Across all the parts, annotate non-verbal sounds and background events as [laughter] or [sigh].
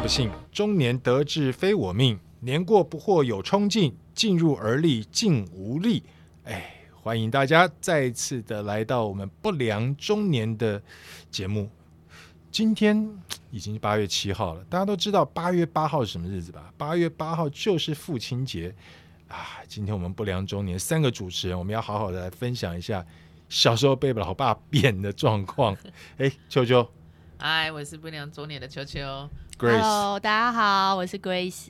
不幸，中年得志非我命，年过不惑有冲劲，进入而立竟无力。哎，欢迎大家再次的来到我们不良中年的节目。今天已经八月七号了，大家都知道八月八号是什么日子吧？八月八号就是父亲节啊！今天我们不良中年三个主持人，我们要好好的来分享一下小时候被老爸 [laughs] 扁的状况。哎，秋秋嗨，哎我是不良中年的球球。 ，Grace。 Hello，大家好，我是 Grace。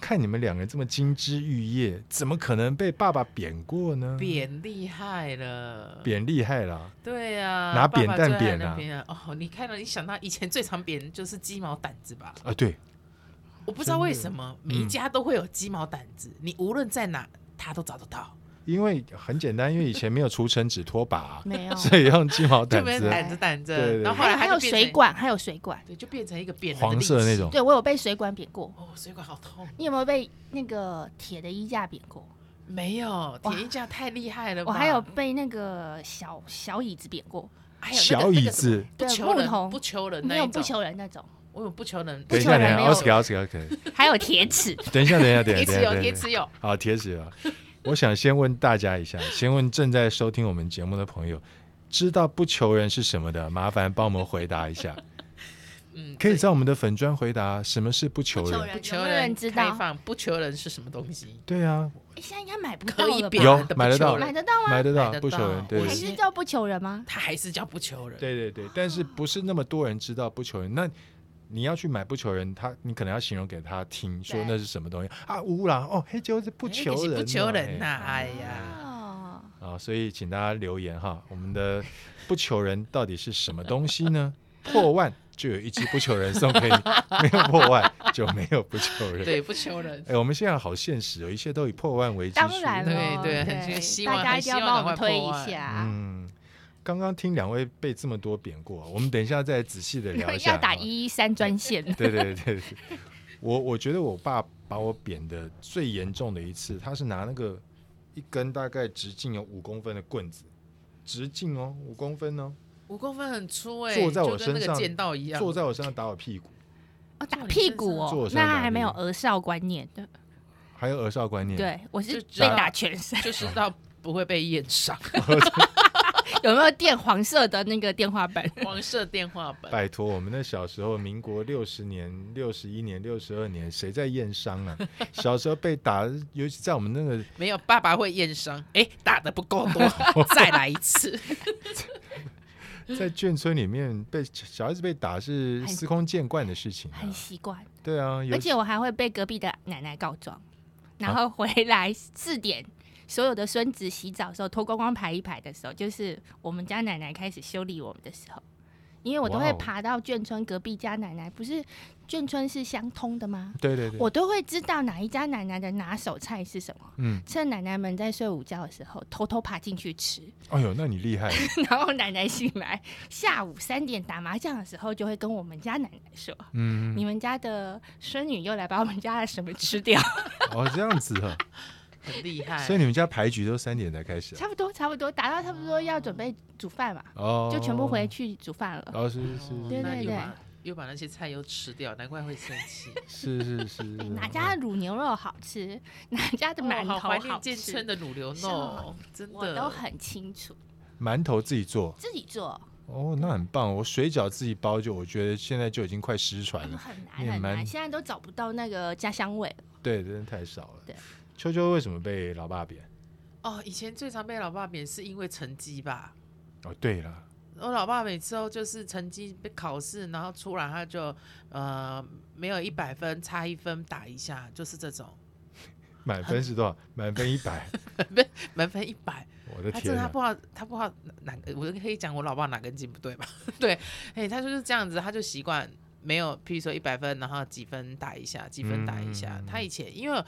看你们两个人这么金枝玉叶，怎么可能被爸爸扁过呢？扁厉害了，扁厉害啦！对啊，拿爸爸扁担最爱扁那啊边哦，你看到一想到以前最常扁就是鸡毛掸子吧？啊，对，我不知道为什么每嗯一家都会有鸡毛掸子，你无论在哪，他都找得到，因为很简单，因为以前没有除尘纸拖把 [laughs] 啊、没有，所以用鸡毛就掸被 [laughs] 子掸着对对掸着，对然后后还来有还他就有变成水，管，还有水管。对，就变成一个扁人的黄色利器那种。对我有被水管扁过，哦，水管好痛，你有没有被那个铁的衣架扁过？没有铁一架太厉害了吧，我还有被那个小小椅子扁过，还有那个小椅子，那个什么对不求木头人不求人那没一有种，不求人那种，我有不求人，不等一求下，人等一下没有，Oscar，Oscar，还有 [laughs] 铁尺。等一下，等一下，等一铁下，齿等一下有等一铁下，齿有，好，铁齿啊！我想先问大家一下，先问正在收听我们节目的朋友，知道不求人是什么的，麻烦帮我们回答一下，嗯，可以对在我们的粉砖回答什么是不求不求人。人不求有没有人人知道开放，不求人是什么东西？对啊，诶现在应该买不到可以了吧扁有的不买得求到人买得到吗？买得到买得不求人，到对我对还对是叫不求人吗？他还是叫不求人。对对对，但是不是那么多人知道不求人？那你要去买不求人，他你可能要形容给他听，说对那是什么东西啊？乌啦，哦，嘿，就是不哎求可人是嘛、不求人呐、哎哎呀，哦，啊，所以请大家留言哈，我们的不求人到底是什么东西呢？破万就有一只不求人送给你，没有破万就没有不求人。对，不求人。哎，我们现在好现实哦，一切都以破万为基当数然对了，对对，希望大家一定要希望帮我赶们快推破一案下，嗯，刚刚听两位被这么多贬过，我们等一下再仔细的聊一下。 [laughs] 要打哈一一三专线。哎对对对对，我我觉得我爸把我贬的最严重的一次，他是拿那个一根大概直径有五公分的棍子，直径哦五公分哦，五公分很粗哎、坐在我就跟身那个上剑道一样，坐在我身上打我屁股，哦，打屁股坐我哦，身上那他还没有儿少观念的。还有儿少观念。，对，我是就知被道打全 [laughs] 身。就知道不会被验 [laughs] 伤。有没有电黄色的那个电话本？黄色电话本，拜托，我们那小时候，民国六十年、六十一年、六十二年，谁在验伤啊？ [laughs] 小时候被打，尤其在我们那个没有爸爸会验伤，哎、打的不够多， [laughs] 再来一次。在眷村里面被小孩子被打是很司空见惯的事情、啊很。习惯，对啊，尤而且我还会被隔壁的奶奶告状，然后回啊来四点。所有的孙子洗澡的时候脱光光排一排的时候，就是我们家奶奶开始修理我们的时候，因为我都哇会哦爬到眷村隔壁家奶奶，不是眷村是相通的吗？对对对，我都会知道哪一家奶奶的拿手菜是什么，嗯，趁奶奶们在睡午觉的时候偷偷爬进去吃，哎呦，那你厉害了。然后奶奶醒来，下午三点打麻将的时候，就会跟我们家奶奶说：“嗯，你们家的孙女又来把我们家的什么 [laughs] 吃掉。哦，这样子啊，很厉害，所以你们家牌局都三点才开”始、啊、差不多，差不多，打到差不多要准备煮饭嘛，哦，就全部回。去煮饭了。哦，是是哦对那又对对把又把那些菜又吃掉，难怪会生气。是是是 [laughs] 是哎是，哪家的卤牛肉好吃，哪家的馒哦好怀头念好健吃，身的卤牛是肉哦，真我的都很清楚。馒头自己做？自己做哦，那很棒。我水饺自己包就，我觉得现在就已经快失传 [laughs] 了。很难哎你也很蛮难，现在都找不到那个家乡味了。对，真的太少了对。秋秋为什么被老爸扁？哦。以前最常被老爸扁是因为成绩吧，哦，对了，我老爸每次都就是成绩被考试，然后出来他就呃没有一百分，差一分打一下，就是这种满分是多少？满分一 [laughs] 百。满分一百，我的他真天啊哪！的他不知道他不知道哪个，我可以讲我老爸哪根筋不对吧？ [laughs] 对，哎，他就是这样子，他就习惯没有，譬如说一百分，然后几分打一下，几分打一下。嗯他以前因为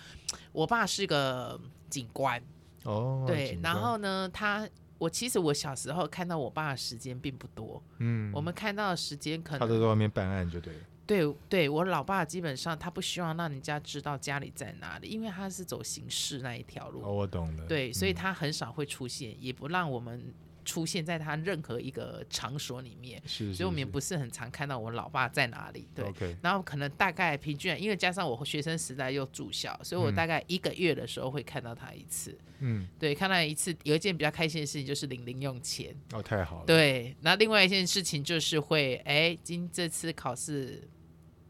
我爸是个警官，哦，对警，官然后呢，他我其实我小时候看到我爸的时间并不多，嗯，我们看到的时间可他能都在外面办案就对了。对对，我老爸基本上他不希望让人家知道家里在哪里，因为他是走刑事那一条路，哦，我懂了。对，所以嗯他很少会出现，也不让我们出现在他任何一个场所里面，是是所以我们也是不是很常看到我老爸在哪里。对， OK，然后可能大概平均，因为加上我学生时代又住校，所以我嗯大概一个月的时候会看到他一次。嗯，对，看到一次，有一件比较开心的事情就是领零用钱。哦，太好了，，对，那另外一件事情就是会，哎，今这次考试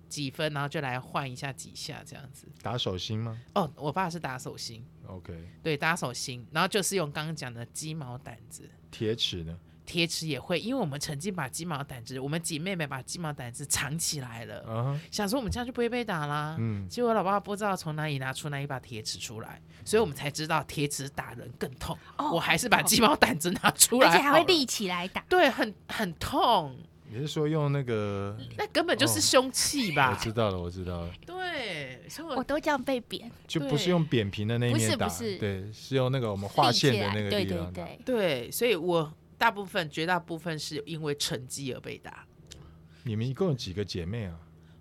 几分，然后就来换一下几下这样子。打手心吗哦，我爸是打手心， ？OK，对，打手心，然后就是用刚刚讲的鸡毛掸子。铁尺呢？贴纸也会，因为我们曾经把鸡毛掸子，我们姐妹们把鸡毛掸子藏起来了，啊，想说我们这样就不会被打啦。嗯，结果老爸不知道从哪里拿出那一把铁尺出来，所以我们才知道铁尺打人更痛。哦我还是把鸡毛掸子拿出来，而且还会，立起来打。对，很很痛，你是说用那个？那根本就是哦凶器我吧？知道了，我知道了，对，所以我我都这样被扁，就不对是用扁平的那一不是面打，不是对，是用那个我们划立起线的来那个对地对方打。对，对，所以我大部分绝大部分是因为成绩而被打。你们一共有几个姐妹啊？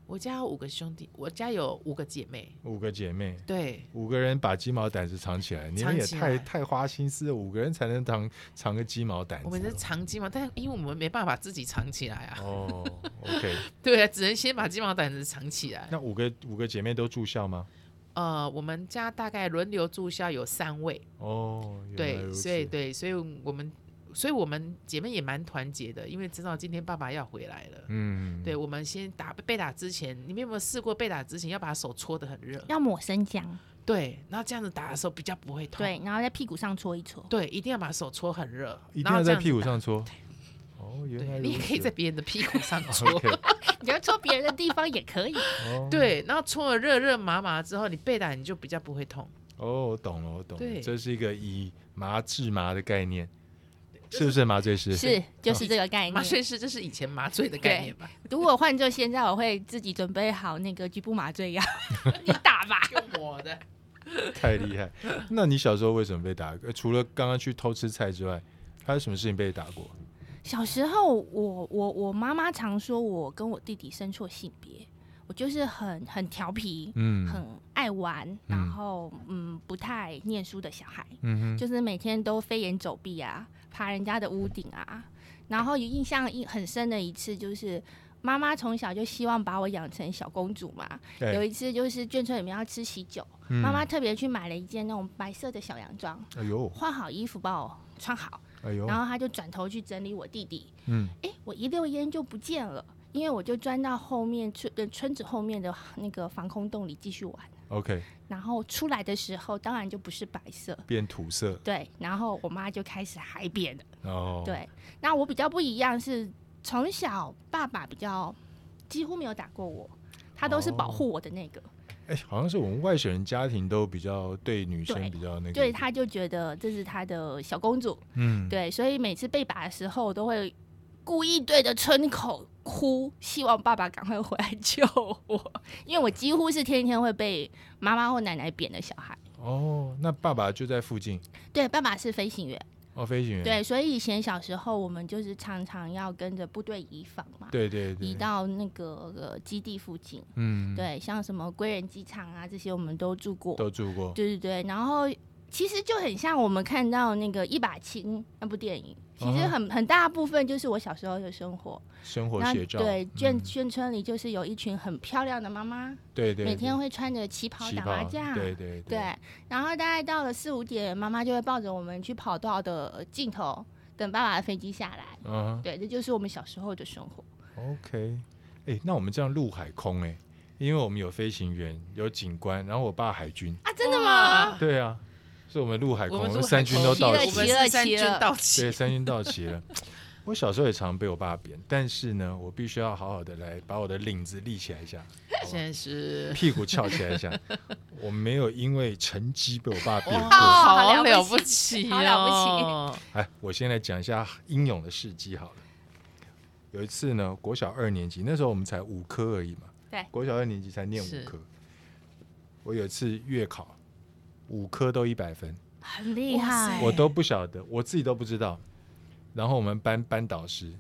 我家有五个兄弟，我家有五个姐妹，五个姐妹，对，五个人把鸡毛掸子藏起来，你们也藏起太来太花心思了，五个人才能藏藏个鸡毛掸我们是子藏鸡毛，但因为我们没办法自己藏起来啊，哦。哦，OK，对啊，只能先把鸡毛掸子藏起来。那五个五个姐妹都住校吗？呃，我们家大概轮流住校有三位，哦，原来对，如此所以对，所以我们，所以我们姐妹也蛮团结的，因为知道今天爸爸要回来了。嗯，对，我们先打被打之前，你们有没有试过被打之前要把手搓得很热？要抹生姜，对，那这样子打的时候比较不会痛。对，然后在屁股上搓一搓。对，一定要把手搓很热，一定然后要这在样子屁股打。上 [laughs] 搓。哦，原来对，如 [laughs] 你也可以此在别人的屁股 [laughs] 上搓。 OK，你要戳别人的地方也可以。哦， [laughs] 对，然后搓了热热麻麻之后，你被打你就比较不会痛。哦，我懂了，我懂了，对这是一个以麻治麻的概念，是不是麻醉师？是，就是这个概麻念。醉师这是以前麻醉的概念吧？如果换做现在，我会自己准备好那个局部麻醉药， [laughs] 你打吧。 [laughs] 用抹的。 [laughs] 太厉害。那你小时候为什么被打？呃除了刚刚去偷吃菜之外，还有什么事情被打过？小时候，我我我妈妈常说我跟我弟弟生错性别，我就是很很调皮，嗯，很爱玩，然后嗯不太念书的小孩，嗯哼，就是每天都飞檐走壁啊，爬人家的屋顶啊。然后有印象一很深的一次就是。妈妈从小就希望把我养成小公主嘛。对有一次就是眷村里面要吃喜酒，妈嗯妈，特别去买了一件那种白色的小洋装，嗯哎呦，换好衣服帮我穿好，哎呦，然后她就转头去整理我弟弟。嗯，哎，我一溜烟就不见了，因为我就钻到后面村呃村子后面的那个防空洞里继续玩。 ，OK，然后出来的时候，当然就不是白色，变土色，对。然后我妈就开始海扁了，哦，，对。那我比较不一样是，从小爸爸比较几乎没有打过我，他都是哦保护我的那个，哎，好像是我们外省人家庭都比较对女生对比较那个，所以他就觉得这是他的小公主，嗯，对。所以每次被打的时候，我都会故意对着村口哭，希望爸爸赶快回来救我，因为我几乎是天天会被妈妈或奶奶扁的小孩。哦，那爸爸就在附近，对，爸爸是飞行员。哦，飞行员，对，所以以前小时候我们就是常常要跟着部队移防嘛，对对移对，到那个、呃基地附近。嗯，，对，像什么归仁机场啊这些，我们都住过。都住过，对对对，然后其实就很像我们看到那个《一把青》那部电影，其实嗯哼很、很大部分就是我小时候的生活。生活那写照，对，眷嗯眷村里就是有一群很漂亮的妈妈，对对，每天会会穿着旗袍旗打麻袍将。对对对，然后大概到了四五点，妈妈就会抱着我们去跑道的尽头，等爸爸的飞机下来。嗯对，这就是我们小时候的生活。哦，OK，哎、那我们这样陆海空哎、因为我们有飞行员，有警官，然后我爸海军，啊，真的吗？ [laughs] 哇？对啊，所以我们陆海我空，们三军都空到了齐齐，了齐了到对，齐。三军到齐了。 [laughs] 我小时候也常被我爸扁，但是呢，我必须要好好的来把我的领子立起来一下，好现吧在是屁股翘起来一下。我没有因为成绩被我爸扁过。哇好好了了不不起起，好了不起。哎，我先来讲一下英勇的事迹好了。有一次呢，国小二年级，那时候我们才五科而已嘛。对国小二年级才念是五科。我有一次月考，五科都一百分，很厉哇害塞哎！我都不晓得，我自己都不知道。然后我们班班导师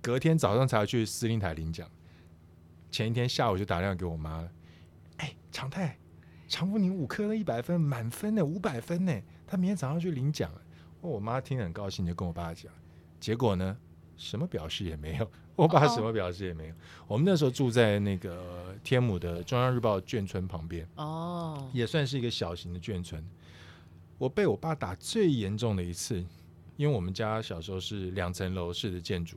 隔天早上才去司令台领奖，前一天下午就打电话给我妈了。哎，常泰，常福宁五科的一百分，满分呢，五百分呢，他明天早上去领奖了。哎我妈听得很高兴，就跟我爸讲。结果呢，什么表示也没有，我爸什么表示也没有。我们那时候住在那个天母的中央日报眷村旁边， [laughs] 哦，也算是一个小型的眷村。我被我爸打最严重的一次，因为我们家小时候是两层楼式的建筑，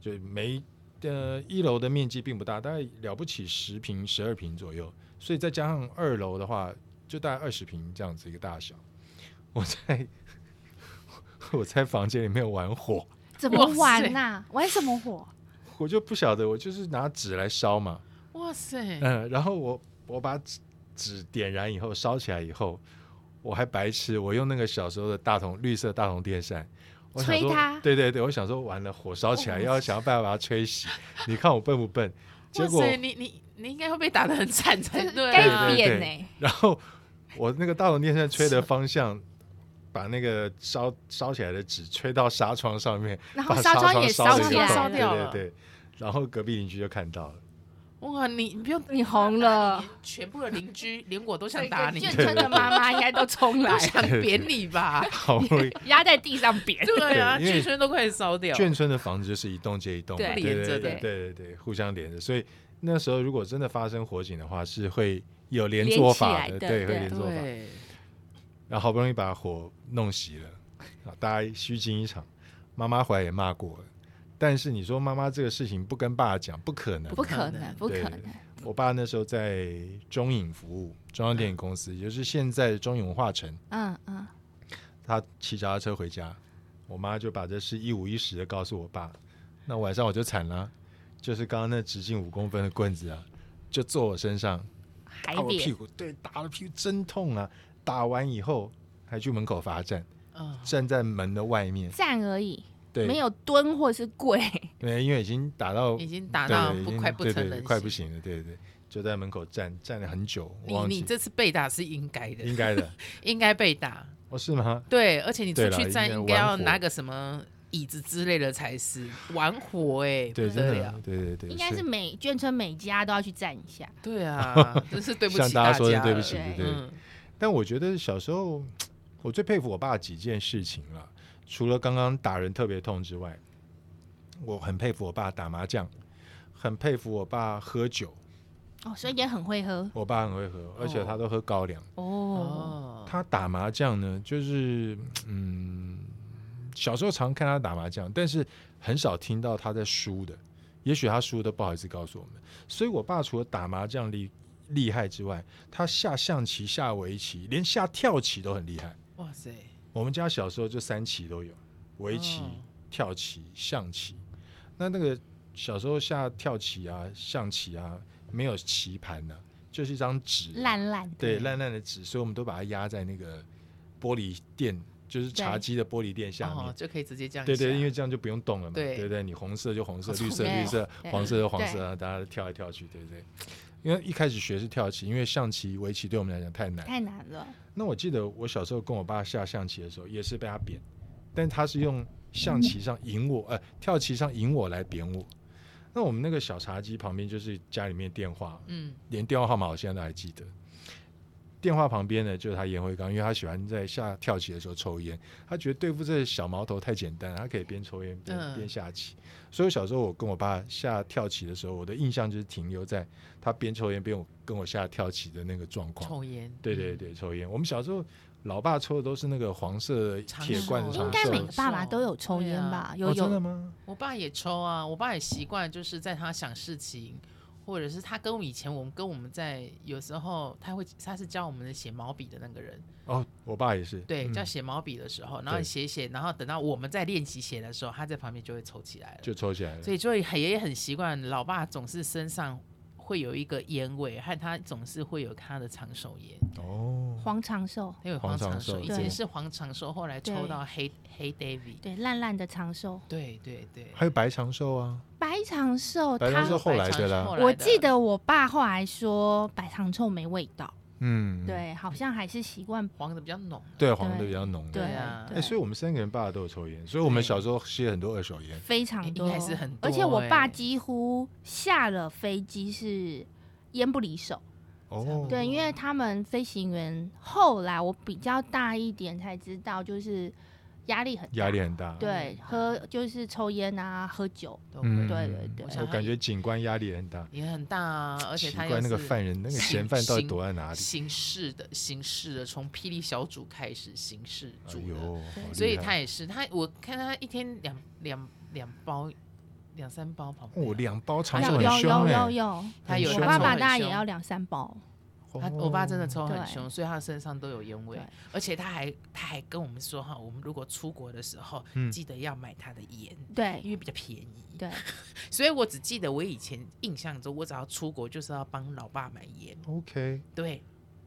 就每呃一楼的面积并不大，大概了不起十平、十二平左右，所以再加上二楼的话，就大概二十平这样子一个大小。我在 [laughs] 我在房间里面玩火，怎哇么塞玩呐、玩什么火？我就不晓得，我就是拿纸来烧嘛，[laughs] 哇塞，嗯，然后我我把纸纸点燃以后烧起来以后，我还白痴，我用那个小时候的大桶绿色大桶电扇，我想吹说它哦对对对，我想说完了火烧起来，要想办法把它吹熄，你看我笨不笨？结哇果塞，你你你应该会被打的很惨才对该啊，对点呢、然后我那个大桶电扇吹的方向。把那个烧烧起来的纸吹到纱窗上面，然后把纱窗窗也烧烧了一起个窗洞来烧了，掉对了对对，然后隔壁邻居就看到了。哇，你你不用你红了。连全部的邻居连我都想打你，眷村的妈妈应该都冲来 [laughs] 都，想扁你吧？好不容易压在地上扁。对啊，对因为眷村都快烧掉，眷村的房子就是一栋接一栋嘛，对对连着对的对对对，互相连着。所以那时候如果真的发生火警的话，是会有连坐法连起来的对，对会连坐法。对，然后好不容易把火弄熄了，啊，大家虚惊一场。妈妈回来也骂过了，但是你说妈妈这个事情不跟爸讲，不可能。 [laughs] 不可能，不可对能！我爸那时候在中影服务，中央电影公司，也就是现在的中影文化城，嗯嗯，他骑脚踏车回家，我妈就把这事一五一十的告诉我爸。那晚上我就惨了，就是刚刚那直径五公分的棍子啊，就坐我身上，海打我屁扁股，对，打了屁股真痛啊！打完以后还去门口罚站，嗯，站在门的外面，站而已，对，没有蹲或是跪。对，因为已经打到已经打对到对已不经快不对成对人快不形。行了，对对，就在门口站站了很久，我你忘你记这次被打是应该的，应该的，应该被打。哦是吗？对，而且你出对啦去站应该应该要玩火拿个什么椅子之类的才是，玩火哎、对，不真得的了，，对对对，应该是每眷村每家都要去站一下。对啊， [laughs] 真是对不向起大家家说声对不了起，对对对。嗯，但我觉得小时候，我最佩服我爸几件事情了，除了刚刚打人特别痛之外，我很佩服我爸打麻将，很佩服我爸喝酒，哦，所以也很会喝我爸很会喝，而且他都喝高粱。哦。哦，他打麻将呢，就是嗯，小时候常看他打麻将，但是很少听到他在输的。也许他输的不好意思告诉我们，所以我爸除了打麻将厉厉害之外，他下象棋、下围棋，连下跳棋都很厉害。哇塞，我们家小时候就三棋都有，围棋、哦跳棋、象棋。那那个小时候下跳棋啊、象棋啊，没有棋盘呢、啊就是一张纸，啊烂烂的，对烂烂的纸，所以我们都把它压在那个玻璃垫，就是茶几的玻璃垫下哦面。就可以直接这样啊对对，下因为这样就不用动了嘛，对对不对？你红色就红色，好绿色聪明绿色，对黄色就黄色，大家跳来跳去，对不对？因为一开始学是跳棋，因为象棋、围棋对我们来讲太难了。太难了。那我记得我小时候跟我爸下象棋的时候，也是被他扁，但他是用象棋上赢我，呃，跳棋上赢我来扁我。那我们那个小茶几旁边就是家里面电话，嗯，连电话号码我现在都还记得。电话旁边呢，就是他烟灰缸，因为他喜欢在下跳棋的时候抽烟。他觉得对付这小毛头太简单了，他可以边抽烟边嗯边下棋。所以我小时候我跟我爸下跳棋的时候，我的印象就是停留在他边抽烟边我跟我下跳棋的那个状况。抽烟，对对对，抽烟。我们小时候，老爸抽的都是那个黄色铁罐的长长寿应该寿每的个爸爸都有抽烟吧？有哦真的有，吗？我爸也抽啊，我爸也习惯，就是在他想事情，或者是他跟我以前我们跟我们在有时候他会他是教我们的写毛笔的那个人，哦，我爸也是。对，嗯叫写毛笔的时候，然后对写一写，然后等到我们在练习写的时候，他在旁边就会抽起来了，就抽起来了。所以就会很也很习惯，老爸总是身上会有一个烟味，和他总是会有他的长寿烟，哦，黄长寿，因为黄黄长长寿寿以对前是黄长寿，后来抽对到黑黑 David，对，烂烂的长寿，对对对，还有白长寿啊，白长寿，白他长寿后来的啦白长寿后我的记得我爸后来说白长寿没味道，嗯，对，好像还是习惯黄的比较浓，对，黄的对比较浓。对啊哎，所以我们三个人爸爸都有抽烟，所以我们对小时候吸很多二手烟。非常多，应该是很多而且我爸欸几乎下了飞机是烟不离手。哦，对，因为他们飞行员后来我比较大一点才知道，就是压力很大压力很大。对，喝就是抽烟啊，喝酒，都嗯会对对我对我想感觉警官压力也很大。也很大啊，而且奇他怪，又那个是犯人那个行嫌犯到底躲在哪里？刑事的刑事的，从霹雳小组开始刑事哎组呦的，好对厉害，所以他也是他，我看他一天两两两包两三包跑不哦了，两包长还寿有很有凶有哎、有有，他很有凶哦我他爸抽爸很大概也凶要两三包，他我爸真的抽很对凶，所以他身上都有烟味对，而且他还他还跟我们说哈，我们如果出国的时候，嗯记得要买他的烟，因对为比较便宜。对，所以我只记得我以前印象中，我只要出国就是要帮老爸买烟。 OK，对，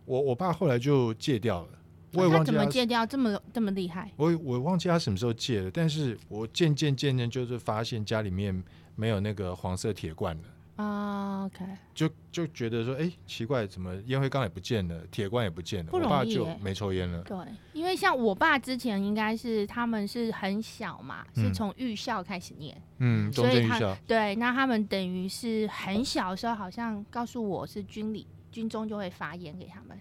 我我爸后来就戒掉了，我也啊他忘记怎么他戒掉这么这么厉害？我我忘记他什么时候戒了，但是我渐渐渐渐就是发现家里面没有那个黄色铁罐了，啊，OK，就就觉得说，哎、奇怪，怎么烟灰缸也不见了，铁罐也不见了，不我容易爸就耶嗯没抽烟了。对，因为像我爸之前应该是他们是很小嘛，是嗯从预校开始念，嗯，中所正以预他校，对，那他们等于是很小的时候，好像告诉我是军里军中就会发烟给他们，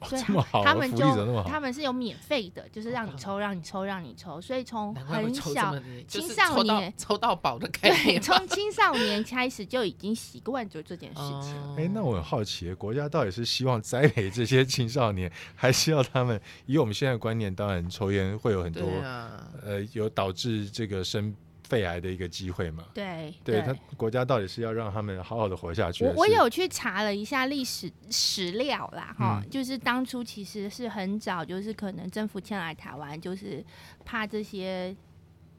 哦所 [laughs] 以这么好啊，他们福利就怎么那么好他？们是有免费的，就是让你抽，让你抽，让你抽，所以从难怪会很抽这哦小么多，就青是少抽到年抽到宝的概对，啊念吧。从青少年开始就已经习惯做这件事 [laughs] 情了。哦哎、那我很好奇，国家到底是希望栽培这些青少年，还是要他们以我们现在的观念，当然抽烟会有很多、对啊，呃，有导致这个生肺癌的一个机会嘛？对，对他国家到底是要让他们好好的活下去，我还我是有去查了一下历史史料啦，哈、嗯就是当初其实是很早，就是可能政府迁来台湾，就是怕这些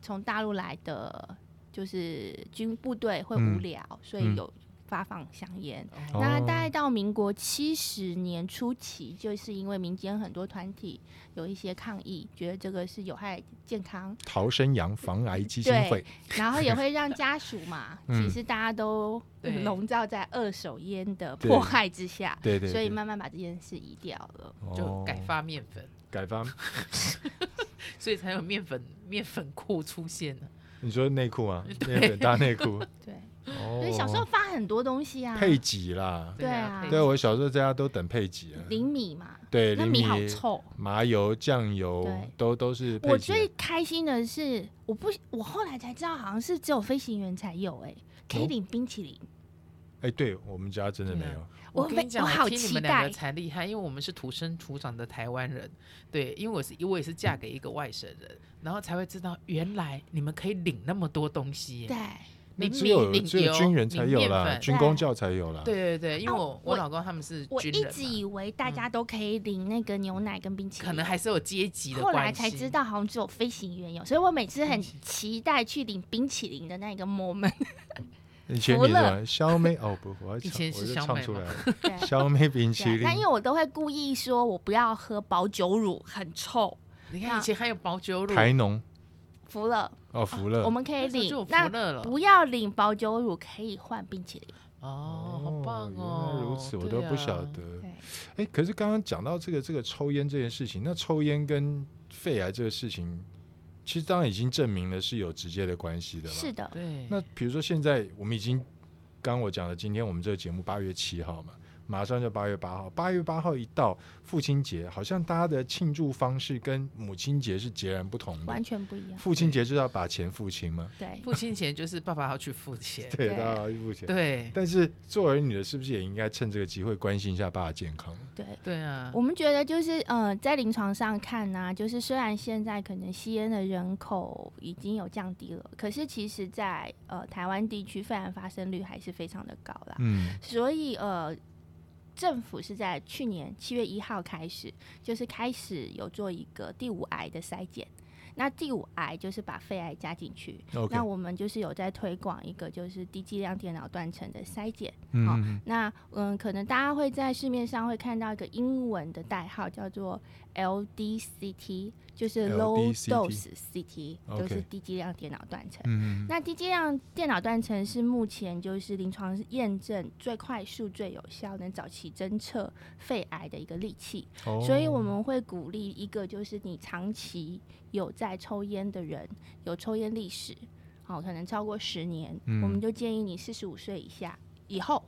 从大陆来的就是军部队会无嗯聊，所嗯以有发放香烟。哦那大概到民国七十年初期，就是因为民间很多团体有一些抗议，觉得这个是有害健康，逃生羊防癌基金对会，然后也会让家属 [laughs] 嘛，嗯其实大家都对笼罩在二手烟的对迫害之下，对对所以对慢慢把这件事移掉了。就改哦发面粉，改发，所以才有面粉面粉裤出现啊呢。你说内裤啊，内 [laughs] 粉搭内裤，对，哦，所以小时候发很多东西啊，配给啦，对啊配对我小时候在家都等配给啊，零米嘛，对，那厘米米好臭。麻油、酱油对都都是配我给最的，开心的是，我不，我后来才知道，好像是只有飞行员才有、哎，可哦以领冰淇淋。哎，对我们家真的没对啊有，我跟非你讲，我好听你期们两待个才厉害，因为我们是土生土长的台湾人，对，因为我是我也是嫁给一个外省人，然后才会知道原来你们可以领那么多东西耶，对，那领只米有领只有油军人才领有面啦，粉军工教才有啦，对对对，因为啊我我我老公他们是我军一人嘛，直以为嗯大家都可以领那个牛奶跟冰淇淋，可能还是有阶级的后关系，来才知道，好像只有飞行员有，所以我每次很期待去领冰淇淋的那个 moment。以前福你什乐么肖妹哦不，我要以唱前我是就肖唱妹出吗来了，对，肖妹冰淇对淋但因为我都会故意说我不要喝保酒乳，很臭。你看以前还有保酒乳，台农服了，哦福乐我们可那以时候领就有，福那乐了不要领保酒乳可以换冰淇淋。哦，好棒原哦，来如此，我都对不晓啊得。对，哎，可是刚刚讲到这个这个抽烟这件事情，那抽烟跟肺癌这个事情，其实当然已经证明了是有直接的关系的了。是。的，对，那比如说现在我们已经，刚刚我讲了，今天我们这个节目八月七号嘛，马上就八月八号，八月八号一到，父亲节，好像大家的庆祝方式跟母亲节是截然不同完的。全不一样。父亲节就是要把钱付清嘛，对，父亲节就是爸爸要去付钱，对，对大家要付钱。对但是做儿女的，是不是也应该趁这个机会关心一下爸的健康？对。对啊，我们觉得就是，呃，在临床上看呢、就是虽然现在可能吸烟的人口已经有降低了，可是其实在呃台湾地区肺癌发生率还是非常的高啦。嗯，所以呃，政府是在去年七月一号开始，就是开始有做一个第五癌的筛检。那第五癌就是把肺癌加进去嗯 OK 那我们就是有在推广一个就是低剂量电脑断层的筛检。好嗯，那嗯，可能大家会在市面上会看到一个英文的代号叫做 LDCT，就是 low LDCT dose CT，就 OK 是低剂量电脑断层。嗯，那低剂量电脑断层是目前就是临床验证最快速、最有效，能早期侦测肺癌的一个利器。哦所以我们会鼓励一个就是你长期有在抽烟的人，有抽烟历史，好、可能超过十年，嗯我们就建议你四十五岁以下以后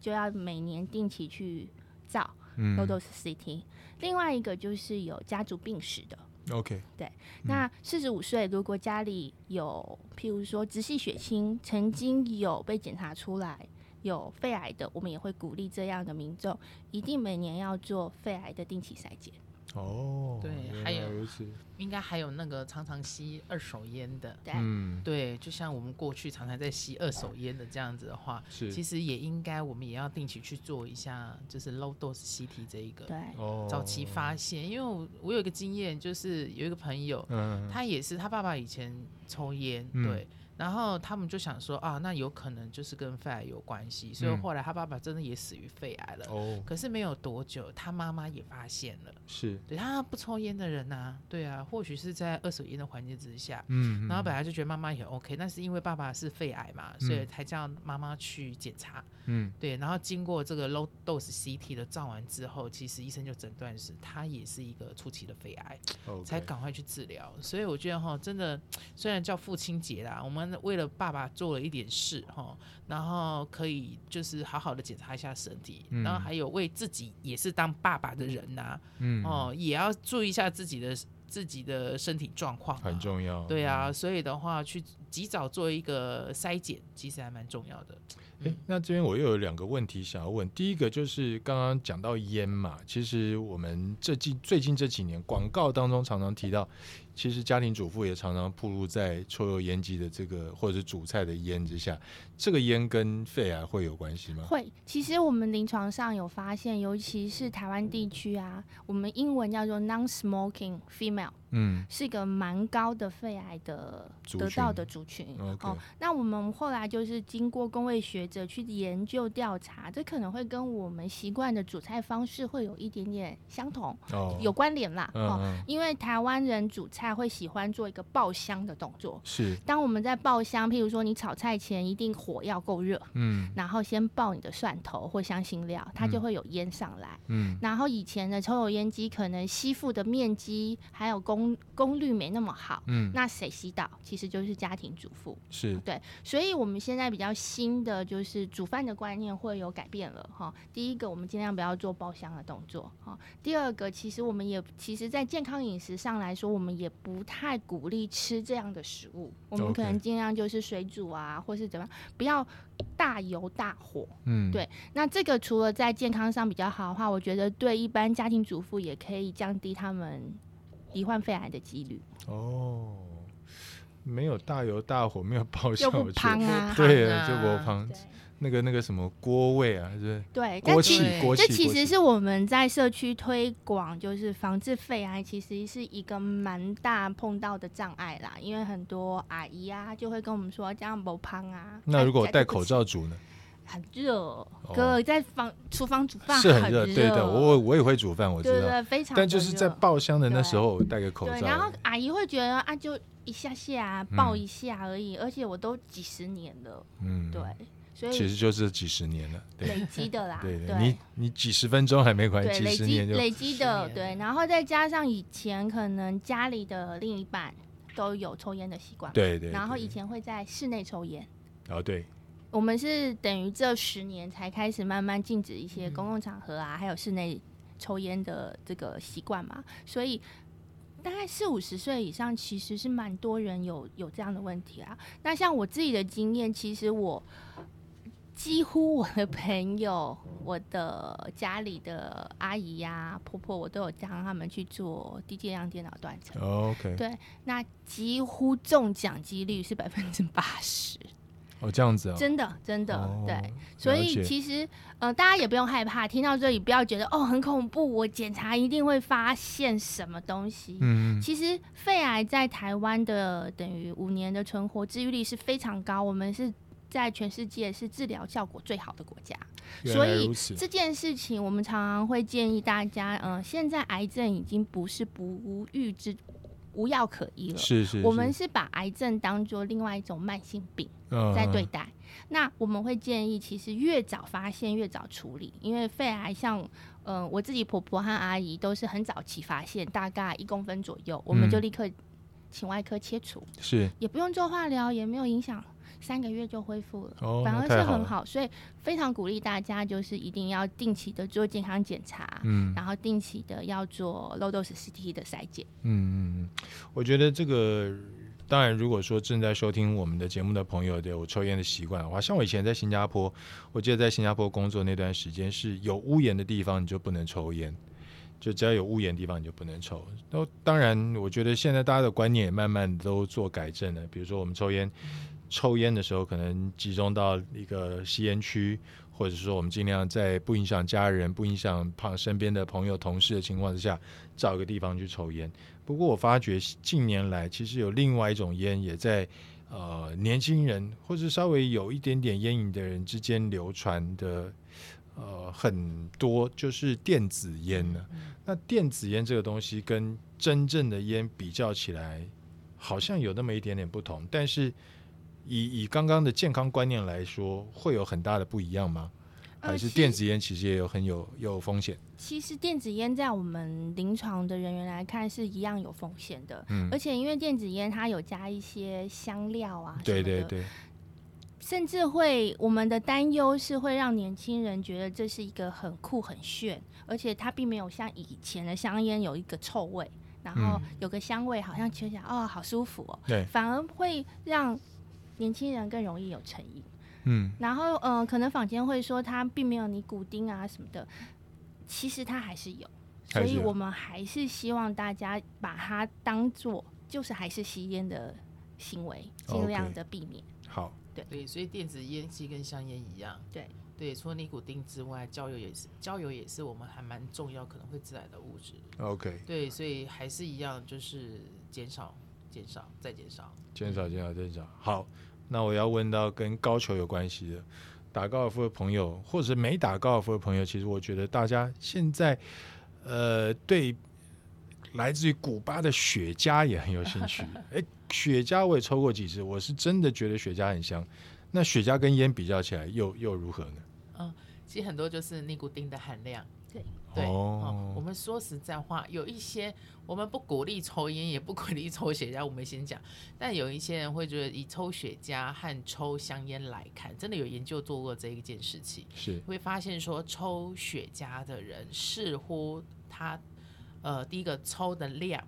就要每年定期去照嗯都都是 CT。另外一个就是有家族病史的， OK，嗯那四十五岁，如果家里有，譬如说直系血亲曾经有被检查出来有肺癌的，我们也会鼓励这样的民众一定每年要做肺癌的定期筛检。哦，对原来还有如此，应该还有那个常常吸二手烟的，对，嗯，对，就像我们过去常常在吸二手烟的这样子的话，其是实也应该我们也要定期去做一下，就是 low dose CT 这一个对，哦，早期，发现。因为我我有一个经验，就是有一个朋友，嗯，他也是他爸爸以前抽烟，嗯对。然后他们就想说啊，那有可能就是跟肺癌有关系，所以嗯后来他爸爸真的也死于肺癌了。哦，可是没有多久，他妈妈也发现了，是，对他不抽烟的人呐、对啊，或许是在二手烟的环境之下，嗯，嗯然后本来，来就觉得妈妈也 OK，但是因为爸爸是肺癌嘛，所以才叫妈妈去检查。嗯，对，然后经过这个 low dose CT 的照完之后，其实医生就诊断是他也是一个初期的肺癌，才 OK 赶快去治疗。所以我觉得哈，真的虽然叫父亲节啦，我们为了爸爸做了一点事哈，然后可以就是好好的检查一下身体，嗯然后还有为自己也是当爸爸的人呐、嗯，哦，也要注意一下自己的自己的身体状况、啊，很重嗯要，对啊，所以的话，去及早做一个筛检，其实还蛮重要的。诶那这边我又有两个问题想要问。第一个就是刚刚讲到烟嘛，其实我们这近最近这几年广告当中常常提到，其实家庭主妇也常常暴露在抽油烟机的这个或者是煮菜的烟之下。这个烟跟肺癌会有关系吗？会。其实我们临床上有发现，尤其是台湾地区啊，我们英文叫做 non-smoking female，嗯是一个蛮高的肺癌的族得到群的族群。 ，OK，哦，那我们后来就是经过工位学者去研究调查，这可能会跟我们习惯的煮菜方式会有一点点相同，哦，有，关联啦。嗯哦，嗯，因为台湾人煮菜会喜欢做一个爆香的动作。是，当我们在爆香，譬如说你炒菜前一定火要够热，嗯然后先爆你的蒜头或香辛料，它就嗯会有烟上来。嗯然后以前的抽油烟机可能吸附的面积还有功功率没那么好，嗯，那谁吸到？其实就是家庭主妇。是，所以我们现在比较新的就是煮饭的观念会有改变了哈。第一个，我们尽量不要做包厢的动作哈。第二个，其实我们也其实，在健康饮食上来说，我们也不太鼓励吃这样的食物。我们 OK 可能尽量就是水煮啊，或是怎么样，不要大油大火。嗯，对那这个除了在健康上比较好的话，我觉得对一般家庭主妇也可以降低他们罹患肺癌的几率，哦，没有大油大火，没有爆就笑，不我觉得胖啊。对，胖啊就国旁对那个那个什么锅味啊，对。对，哎但锅其气对，锅气，这其锅实气是我们在社区推广，就是防治肺癌，其实是一个蛮大碰到的障碍啦。因为很多阿姨啊，就会跟我们说这样不胖啊。那如果我大家戴就不口吃，罩煮呢？很热，哥在房厨房煮饭是很很热，对的，我我也会煮饭，我对知道。对，非常。但就是在。爆香的那时候，我戴个口对，然后罩。阿姨会觉得啊，就一下下啊，抱嗯一下而已，而且我都几十年了，嗯，对，，所其以实就是几十年了，对累积的啦，对对的，你你几十分钟还没关对，系，几累十积年就累积的， 10年对，然后再加上以前可能家里的另一半都有抽烟的习惯，，对对。然后对以前会在室内抽烟，哦对，我们是等于这十年才开始慢慢禁止一些嗯公共场合啊，还有室内抽烟的这个习惯嘛，所以。大概四五十岁以上，其实是蛮多人有有这样的问题啊。那像我自己的经验，其实我几乎我的朋友、我的家里的阿姨呀、婆婆，我都有让他们去做低剂量电脑断层。哦 OK，对那几乎中奖几率是百分之八十，哦这样子啊，真的真的、哦对。所了以解其实，呃，大家也不用害怕，听到这里不要觉得哦很恐怖，我检查一定会发现什么东西。嗯嗯其实肺癌在台湾的等于五年的存活治愈率是非常高，我们是在全世界是治疗效果最好的国家。原所来以如此，这件事情我们常常会建议大家，嗯、现在癌症已经不是不无预知、无药可医了。是是，我们是是把癌症当做另外一种慢性病。嗯在嗯对嗯待。那我们会建议，其实越早发现越早处理，因为肺癌像，嗯、我自己婆婆和阿姨都是很早期发现，大概一公分左右，我们就嗯立刻请外科切除，是也不用做化疗，也没有影响三个月就恢复了，哦，反那而太是好很了，好，所以非常鼓励大家，就是一定要定期的做健康检查，嗯然后定期的要做 low dose CT 的筛检。嗯嗯，嗯我觉得这个当然，如果说正在收听我们的节目的朋友有抽烟的习惯的话，像我以前在新加坡，我记得在新加坡工作那段时间是有屋檐的地方你就不能抽烟。就只要有屋檐的地方你就不能抽。那当然，我觉得现在大家的观念也慢慢都做改正了。比如说我们抽烟，抽烟的时候可能集中到一个吸烟区，或者说我们尽量在不影响家人、不影响旁身边的朋友、同事的情况之下，找个地方去抽烟。不过我发觉近年来其实有另外一种烟也在。呃，年轻人或者稍微有一点点烟瘾的人之间流传的，呃，很多就是电子烟呢、嗯那电子烟这个东西跟真正的烟比较起来，好像有那么一点点不同，但是以以刚刚的健康观念来说，会有很大的不一样吗？呃还是其电子烟其实也有很有有风险？其实电子烟在我们临床的人员来看是一样有风险的，嗯而，且因为电子烟它有加一些香料啊，对对，对，甚至会我们的担忧是会让年轻人觉得这是一个很酷很炫，而且它并没有像以前的香烟有一个臭味，然嗯后有个香味，好像觉得哦好舒服哦，对反而会让年轻人更容易有成瘾。嗯然后呃，可能坊间会说它并没有尼古丁啊什么的，其实它还是有，所还是以有我们还是希望大家把它当做就是还是吸烟的行为，尽 OK 量的避免。好，对，所以电子烟其实跟香烟一样，对对，除了尼古丁之外，焦油也是，焦油也是我们还蛮重要可能会致癌的物质。 OK，对，所以还是一样，就是减少、减少、再减少。减少减少减少。好，那我要问到跟高球有关系的，打高尔夫的朋友，或者是没打高尔夫的朋友，其实我觉得大家现在呃对来自于古巴的雪茄也很有兴趣。哎，雪茄我也抽过几次，我是真的觉得雪茄很香。那雪茄跟烟比较起来又，又如何呢？其实很多就是尼古丁的含量。对对哦哦，我们说实在话，有一些我们不鼓励抽烟，也不鼓励抽雪茄。我们先讲，但有一些人会觉得以抽雪茄和抽香烟来看，真的有研究做过这一件事情，是会发现说抽雪茄的人似乎他呃第一个抽的量。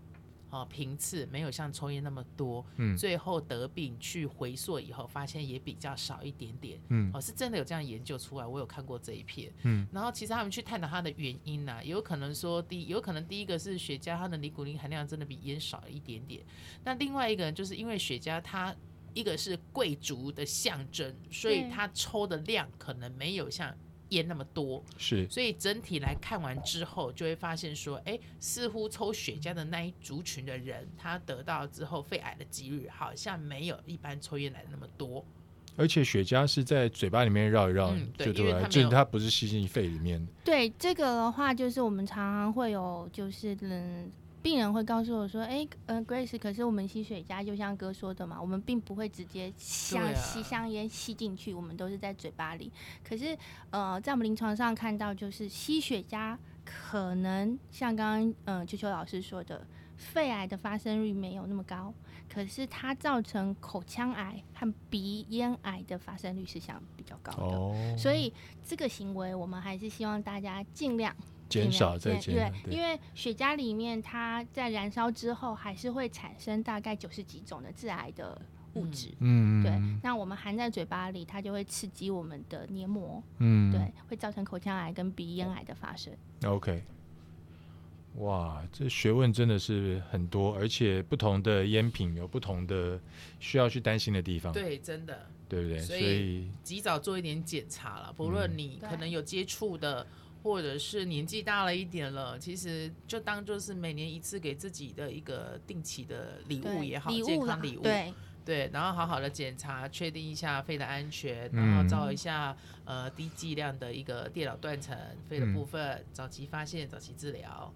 哦，频次没有像抽烟那么多，嗯最后得病去回溯以后，发现也比较少一点点，嗯哦，是真的有这样研究出来，我有看过这一篇。嗯，然后其实他们去探讨它的原因呐、也有可能说第一，有可能第一个是雪茄它的尼古丁含量真的比烟少一点点，那另外一个就是因为雪茄它。一个是贵族的象征，所以对它抽的量可能没有像烟那么多，是所以整体来看完之后，就会发现说，哎，似乎抽雪茄的那一族群的人，他得到之后肺癌的几率好像没有一般抽烟来的那么多。而且雪茄是在嘴巴里面绕一绕、嗯对就因出为来，它没就是有它不是吸进肺里面的。对这个的话，就是我们常常会有，就是嗯，病人会告诉我说，哎，呃，Grace，可是我们吸雪茄，就像哥说的嘛，我们并不会直接像对啊吸香烟吸进去，我们都是在嘴巴里。可是，呃，在我们临床上看到，就是吸雪茄可能像刚刚嗯秋秋老师说的，肺癌的发生率没有那么高，可是它造成口腔癌和鼻咽癌的发生率是相比较高的。哦，所以这个行为，我们还是希望大家尽量减少再减尽量少对，，因为雪茄里面它在燃烧之后，还是会产生大概九十几种的致癌的物质。嗯，嗯对嗯，那我们含在嘴巴里，它就会刺激我们的黏膜，嗯，对，会造成口腔癌跟鼻咽癌的发生。 ，OK。哇，这学问真的是很多，而且不同的烟品有不同的需要去担心的地方，对，真的。对不对？所所以以及早做一点检查了，不论你对可能有接触的，或者是年纪大了一点了，其实就当就是每年一次给自己的一个定期的礼物对也好，礼健物啦康礼物对，对然后好好的检查，确定一下肺的安全，嗯然后照一下呃低剂量的一个电脑断层肺的部分，早期发现，早期治疗。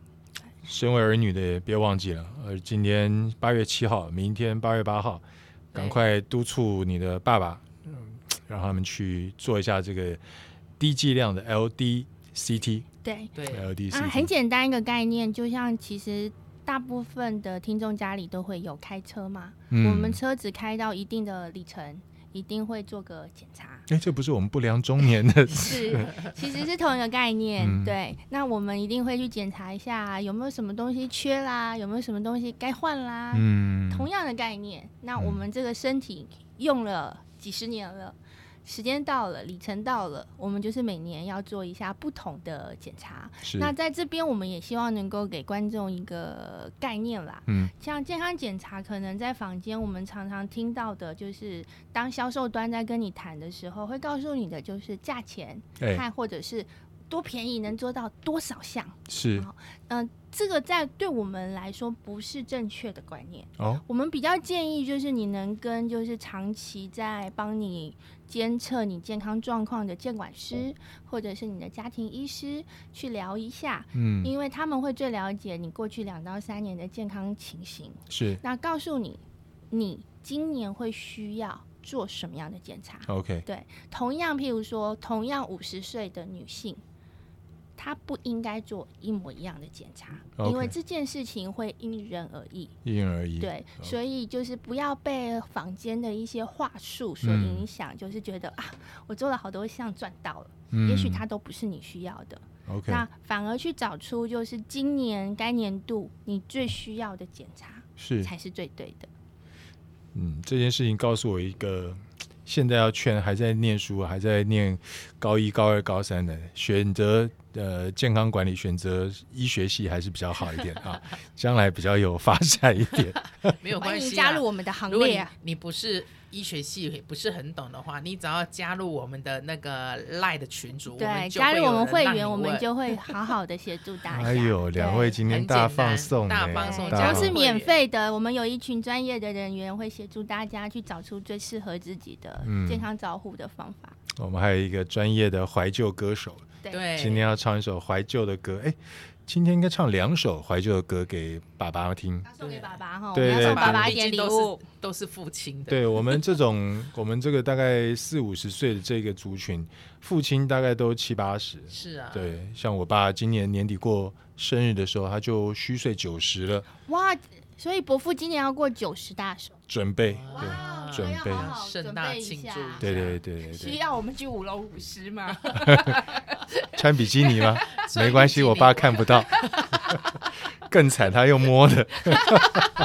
身为儿女的也别忘记了，呃，今天八月七号，明天八月八号，赶快督促你的爸爸，嗯，让他们去做一下这个低剂量的 LDCT，LDCT 对， [laughs] 对，啊，很简单一个概念，就像其实大部分的听众家里都会有开车嘛，嗯我们车子开到一定的里程。一定会做个检 [laughs] 查。哎，这不是我们不良中年的 [laughs] 是，其实是同一个概念。嗯对，那我们一定会去检查一下啊有没有什么东西缺啦，有没有什么东西该换啦。嗯，啊同样的概念，那我们这个身体用了几十年了，时间到了，里程到了，我们就是每年要做一下不同的检查。是那在这边，我们也希望能够给观众一个概念啦。嗯像健康检查，可能在房间我们常常听到的，就是当销售端在跟你谈的时候，会告诉你的就是价钱，哎看或者是多便宜能做到多少项。是嗯、这个在对我们来说不是正确的观念。哦我们比较建议就是你能跟就是长期在帮你监测你健康状况的监管师，或者是你的家庭医师去聊一下，嗯因为他们会最了解你过去两到三年的健康情形。是那告诉你，你今年会需要做什么样的检查？ OK 同样，譬如说，同样五十岁的女性，她不应该做一模一样的检查 OK 因为这件事情会因人而异。因人而异对， OK 所以就是不要被坊间的一些话术所嗯影响，就是觉得啊，我做了好多项赚到了，嗯也许它都不是你需要的。 OK 那反而去找出就是今年该年度你最需要的检查，是才是最对的。嗯，这件事情告诉我一个，现在要劝还在念书、还在念高一、高二、高三的，选择呃健康管理、选择医学系还是比较好一点啊，将来比较有发展一点。没有欢关系迎啊。加入我们的行如果列你啊！你不是医学系，也不是很懂的话，你只要加入我们的那个 Line 的群组，我对，们就加会入有我们人会让员，你我们问就会好好的协助大家。哎呦，两位今天很大简放单送、欸，大放送对，加大入都放是会免员费的。我们有一群专业的人员会协助大家去找出最适合自己的嗯健康照护的方法。我们还有一个专业的怀旧歌手，对，今天要唱一首怀旧的歌，哎，今天应该唱两首怀旧的歌给爸爸听。要送给爸爸哈，我对们要对送对爸爸毕一竟点礼都物是。都是父亲的，对我们这种，我们这个大概四五十岁的这个族群，父亲大概都七八十，是啊，对，像我爸今年年底过生日的时候，他就虚岁九十了，哇，所以伯父今年要过九十大寿，准备，哦哇哇，哦准那要备啊好好盛准大备一庆下啊祝。对对对对需对，要我们去舞龙舞狮吗？穿比基尼吗？ [laughs] 穿没关系，比基尼我爸看不 [laughs] 到，更惨，他又摸的。 [laughs]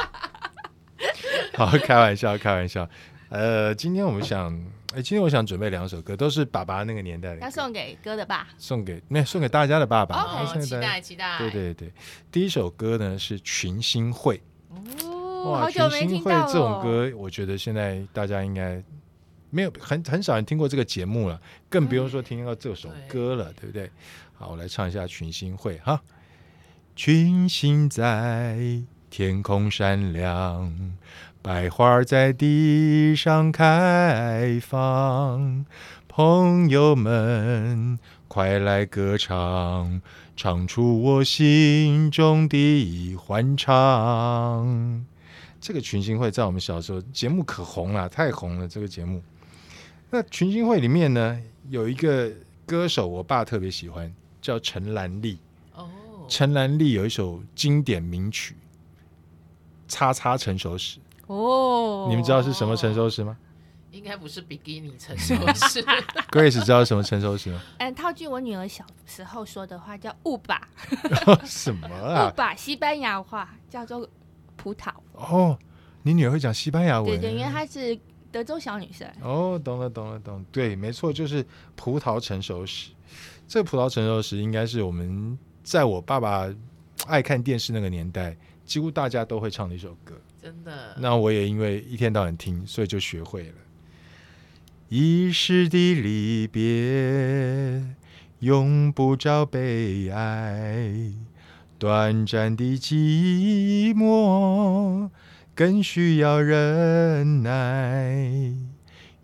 好，开玩笑，开玩笑。呃，今天我们想，哎，今天我想准备两首歌，都是爸爸那个年代的要歌，送给哥的吧？送给没有送给大家的爸爸， OK 哦，送给期大家待期待，对对对，第一首歌呢是《群星会》。哦，哇，好群久没星听会到了。这种歌，我觉得现在大家应该没有很很少人听过这个节目了，更不用说听到这首歌了，对不对？好，我来唱一下《群星会》哈。群星在天空闪亮，百花在地上开放，朋友们快来歌唱，唱出我心中的欢唱。这个群星会在我们小时候节目可红了，太红了这个节目。那群星会里面呢，有一个歌手，我爸特别喜欢，叫陈兰丽。哦，陈兰丽有一首经典名曲《叉叉成熟时》，哦，你们知道是什么成熟时吗应该不是比基尼成熟 [laughs] 是？Grace 知道是什么成熟时吗？ [laughs] 嗯，套句我女儿小时候说的话叫“误把”，什么误啊？把西班牙话叫做葡萄。哦，你女儿会讲西班牙文？对对，因为她是德州小女生。哦，懂了，懂了，懂了。对，没错，就是葡萄成熟时。这个葡萄成熟时应该是我们在我爸爸爱看电视那个年代，几乎大家都会唱的一首歌。真的，那我也因为一天到晚听，所以就学会了。一世的离别，永不找悲哀；短暂的寂寞，更需要忍耐。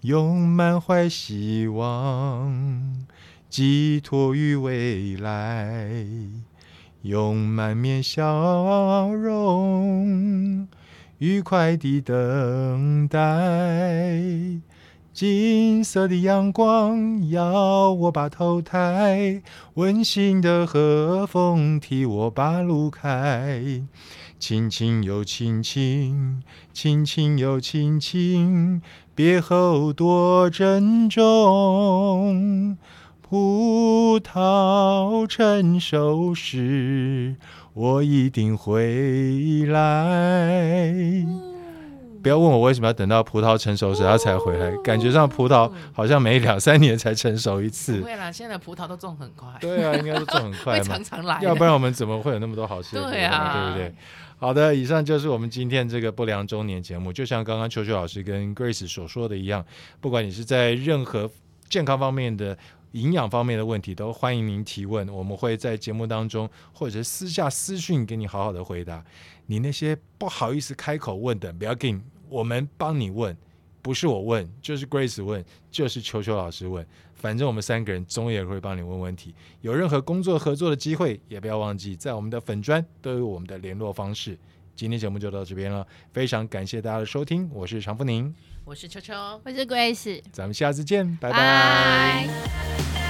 永满怀希望，寄托于未来。用满面笑容，愉快地等待。金色的阳光要我把头抬，温馨的和风替我把路开。亲亲又亲亲，亲亲又亲亲，别后多珍重。葡萄成熟时，我一定回来。不要问我为什么要等到葡萄成熟时它才回来，感觉上葡萄好像每两三年才成熟一次 [laughs] 不。会啦，现在的葡萄都种很快，对啊，应该是种很快会嘛常，常来的，要不然我们怎么会有那么多好吃的对葡萄对啊不对？好的，以上就是我们今天这个不良中年节目。就像刚刚球球老师跟 Grace 所说的一样，不管你是在任何健康方面的、营养方面的问题，都欢迎您提问，我们会在节目当中或者是私下私讯给你好好的回答。你那些不好意思开口问的，不要紧，我们帮你问，不是我问，就是 Grace 问，就是球球老师问，反正我们三个人总也会帮你问问题。有任何工作合作的机会，也不要忘记在我们的粉砖都有我们的联络方式。今天节目就到这边了，非常感谢大家的收听，我是常富宁，我是秋秋。我是 Grace，咱们下次见，拜拜。拜